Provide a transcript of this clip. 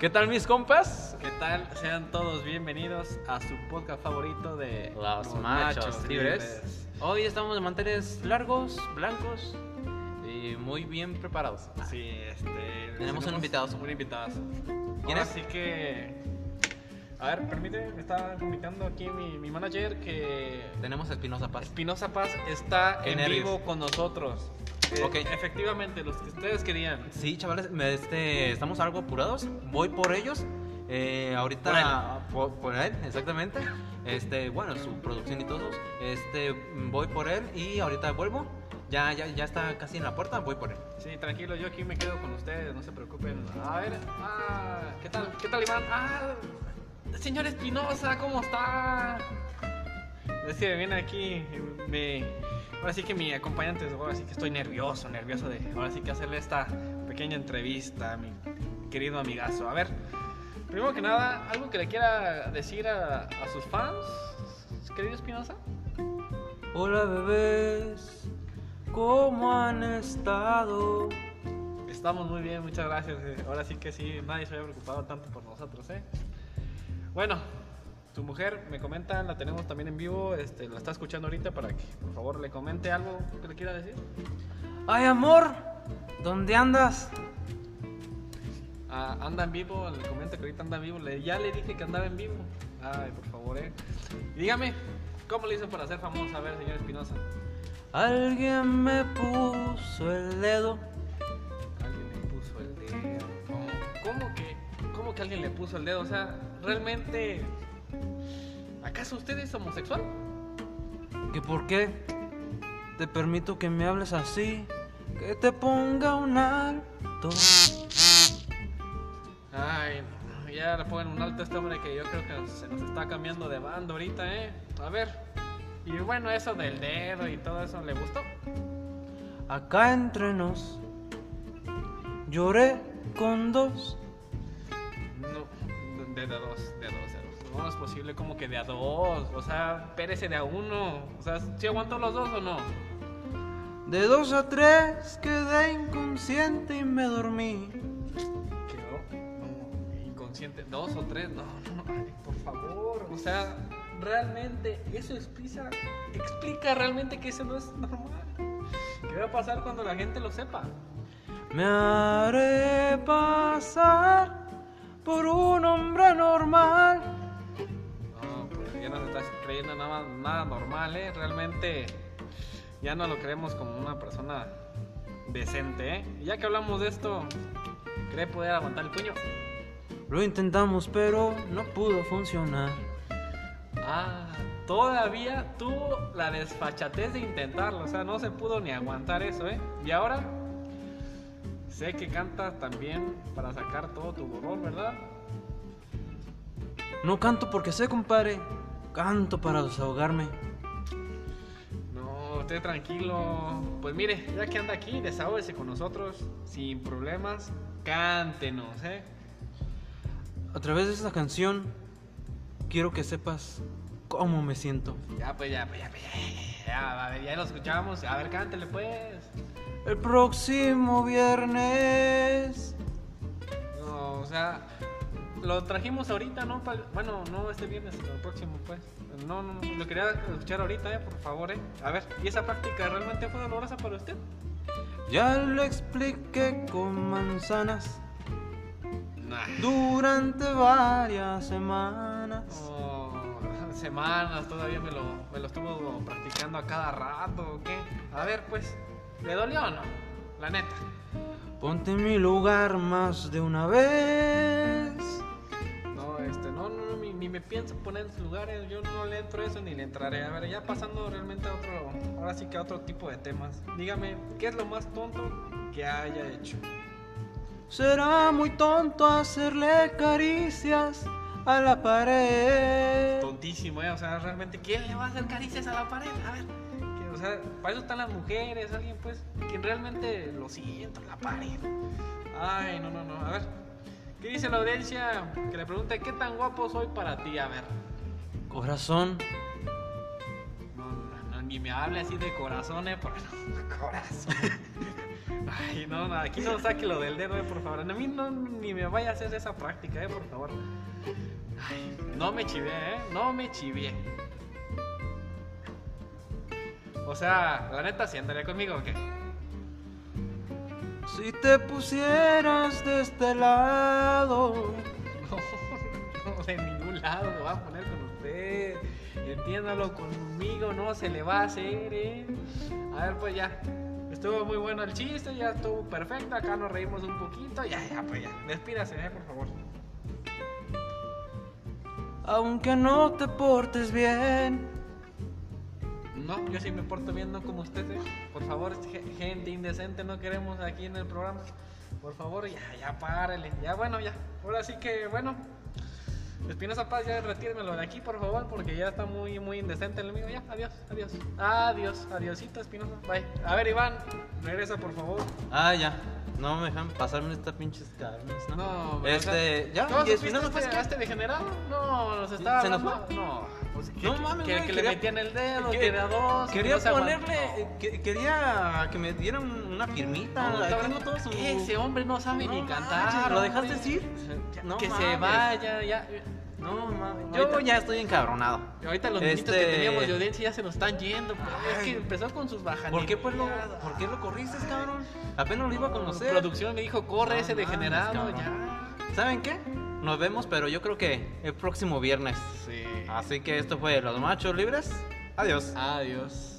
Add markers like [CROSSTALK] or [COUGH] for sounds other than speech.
¿Qué tal mis compas? ¿Qué tal? Sean todos bienvenidos a su podcast favorito de Los machos libres. Hoy estamos de manteles largos, blancos y muy bien preparados. Sí, este. Tenemos un invitadazo. Un invitadazo. ¿Quién Ahora es? sí que. A ver, permíteme, me está comunicando aquí mi, mi manager que. Tenemos a Espinosa Paz. Espinosa Paz está Qué en nervios. vivo con nosotros. Ok. Efectivamente, los que ustedes querían. Sí, chavales, me- este, estamos algo apurados. Voy por ellos. Eh, ahorita por, por él, exactamente. Este, bueno, su producción y todos. Este, voy por él y ahorita vuelvo. Ya, ya, ya está casi en la puerta. Voy por él. Sí, tranquilo, yo aquí me quedo con ustedes, no se preocupen. A ver, ah, ¿qué tal? ¿Qué tal, Iván? Ah, señor Espinosa, ¿cómo está? Es que viene aquí, me... Ahora sí que mi acompañante, ahora sí que estoy nervioso, nervioso de... Ahora sí que hacerle esta pequeña entrevista a mi querido amigazo. A ver, primero que nada, ¿algo que le quiera decir a, a sus fans, querido Espinosa? Hola bebés, ¿cómo han estado? Estamos muy bien, muchas gracias. eh. Ahora sí que sí, nadie se había preocupado tanto por nosotros, ¿eh? Bueno, tu mujer me comenta, la tenemos también en vivo, este, la está escuchando ahorita para que por favor le comente algo que le quiera decir. Ay amor, ¿dónde andas? Ah, anda en vivo, le comenta que ahorita anda en vivo, le, ya le dije que andaba en vivo. Ay, por favor, ¿eh? Y dígame, ¿cómo le hizo para ser famoso? A ver, señor Espinosa. Alguien me puso el dedo. Alguien le puso el dedo. ¿Cómo, cómo que, ¿Cómo que alguien le puso el dedo? O sea, realmente... ¿Acaso usted es homosexual? ¿Que por qué te permito que me hables así? Que te ponga un alto. Ay, no, ya le ponen un alto a este hombre que yo creo que se nos está cambiando de bando ahorita, ¿eh? A ver. Y bueno, eso del dedo y todo eso, ¿le gustó? Acá entre nos. Lloré con dos. No, de, de a dos, de a dos, de a dos. No es posible como que de a dos, o sea, pérese de a uno. O sea, ¿sí aguantó los dos o no? De dos a tres quedé inconsciente y me dormí. Quedó no, inconsciente. Dos o tres, no, no, ay, por favor. O sea, realmente, eso explica, explica realmente que eso no es normal. ¿Qué va a pasar cuando la gente lo sepa? Me haré pasar por un hombre normal. No, pues ya nos estás creyendo nada, más- nada normal, ¿eh? Realmente ya no lo creemos como una persona decente, ¿eh? Y ya que hablamos de esto, ¿cree poder aguantar el puño? Lo intentamos pero no pudo funcionar. Ah, todavía tuvo la desfachatez de intentarlo, o sea, no se pudo ni aguantar eso, ¿eh? Y ahora, sé que cantas también para sacar todo tu borrón, ¿verdad? No canto porque sé, compadre. Canto para desahogarme. No, esté tranquilo. Pues mire, ya que anda aquí, desahógese con nosotros, sin problemas, cántenos, ¿eh? A través de esta canción quiero que sepas cómo me siento. Ya, pues, ya, pues, ya, pues, ya, ya, a ver, ya lo escuchamos. A ver, cántele, pues. El próximo viernes. No, o sea, lo trajimos ahorita, ¿no? Pal- Bueno, no este viernes, sino el próximo, pues. No, no, no, lo quería escuchar ahorita, ¿eh? Por favor, ¿eh? A ver, ¿y esa práctica realmente fue dolorosa para usted? Ya lo expliqué con manzanas Nah. durante varias semanas. Oh, [LAUGHS] semanas todavía me lo, me lo estuvo practicando a cada rato, ¿o qué? A ver, pues, ¿le dolió o no? La neta. Ponte en mi lugar más de una vez. No, este, no, no, no, ni, ni me pienso poner en sus lugares, yo no le entro a eso ni le entraré. A ver, ya pasando realmente a otro, ahora sí que a otro tipo de temas. Dígame, ¿qué es lo más tonto que haya hecho? Será muy tonto hacerle caricias a la pared. Tontísimo, ¿eh? O sea, realmente, ¿quién le va a hacer caricias a la pared? A ver, que, o sea, para eso están las mujeres, alguien pues que realmente lo sienta, la pared. Ay, no, no, no, a ver. ¿Qué dice la audiencia? Que le pregunte, ¿qué tan guapo soy para ti? A ver. Corazón, No, no, no, ni me hable así de corazones, por corazón. [LAUGHS] Ay, no, no, aquí no sáquelo del dedo, eh, por favor. A mí no, ni me vaya a hacer esa práctica, eh, por favor. Ay, no me chivé, eh. No me chivé. O sea, la neta, sí andaría conmigo, ¿o qué? Si te pusieras de este lado. [LAUGHS] No, no, de ningún lado me voy a poner con usted. Entiéndalo, conmigo no se le va a hacer, ¿eh? A ver, pues ya. Estuvo muy bueno el chiste, ya estuvo perfecto. Acá nos reímos un poquito. Ya, ya, pues ya. Despídase, ¿eh? Por favor. Aunque no te portes bien. No, yo sí me porto bien, no como usted. ¿eh? Por favor, ge- gente indecente, no queremos aquí en el programa. Por favor, ya, ya, párele. Ya, bueno, ya. Ahora sí que, bueno. Espinosa Paz, ya retírmelo de aquí, por favor, porque ya está muy, muy indecente el mío. Ya, adiós, adiós. Adiós, adiósito, Espinosa. Bye. A ver, Iván, regresa, por favor. Ah, ya. No me dejan pasarme estas pinches carnes, ¿no? No, pero, Este, o sea, ya. ¿No y supiste Espinosa Paz, este, ¿qué? a este degenerado? No, nos estaba ¿Se nos hablando- No, pues, No que- mames, que, güey, que quería- le metían el dedo, que- que era dos. Quería que no se aguantó. ponerle, eh, que- quería que me dieran una firmita. No, Ahí cabrón, tengo todo su- Ese hombre no sabe No ni manches, cantar. ¿lo dejaste hombre. ir? Ya, No que se mames. vaya, ya. No mames. Ahorita- Yo ya estoy encabronado. Ahorita los niñitos que Este- teníamos de audiencia ya se nos están yendo. pues. Es Ay. que empezó con sus bajanías. ¿Por qué, pues, lo, ¿Por qué lo corriste, cabrón? Apenas lo iba a conocer. Producción me dijo, corre No ese mames, degenerado. cabrón. Ya. ¿Saben qué? Nos vemos, pero yo creo que el próximo viernes. Sí. Así que esto fue Los Machos Libres. Ah, Adiós. Adiós.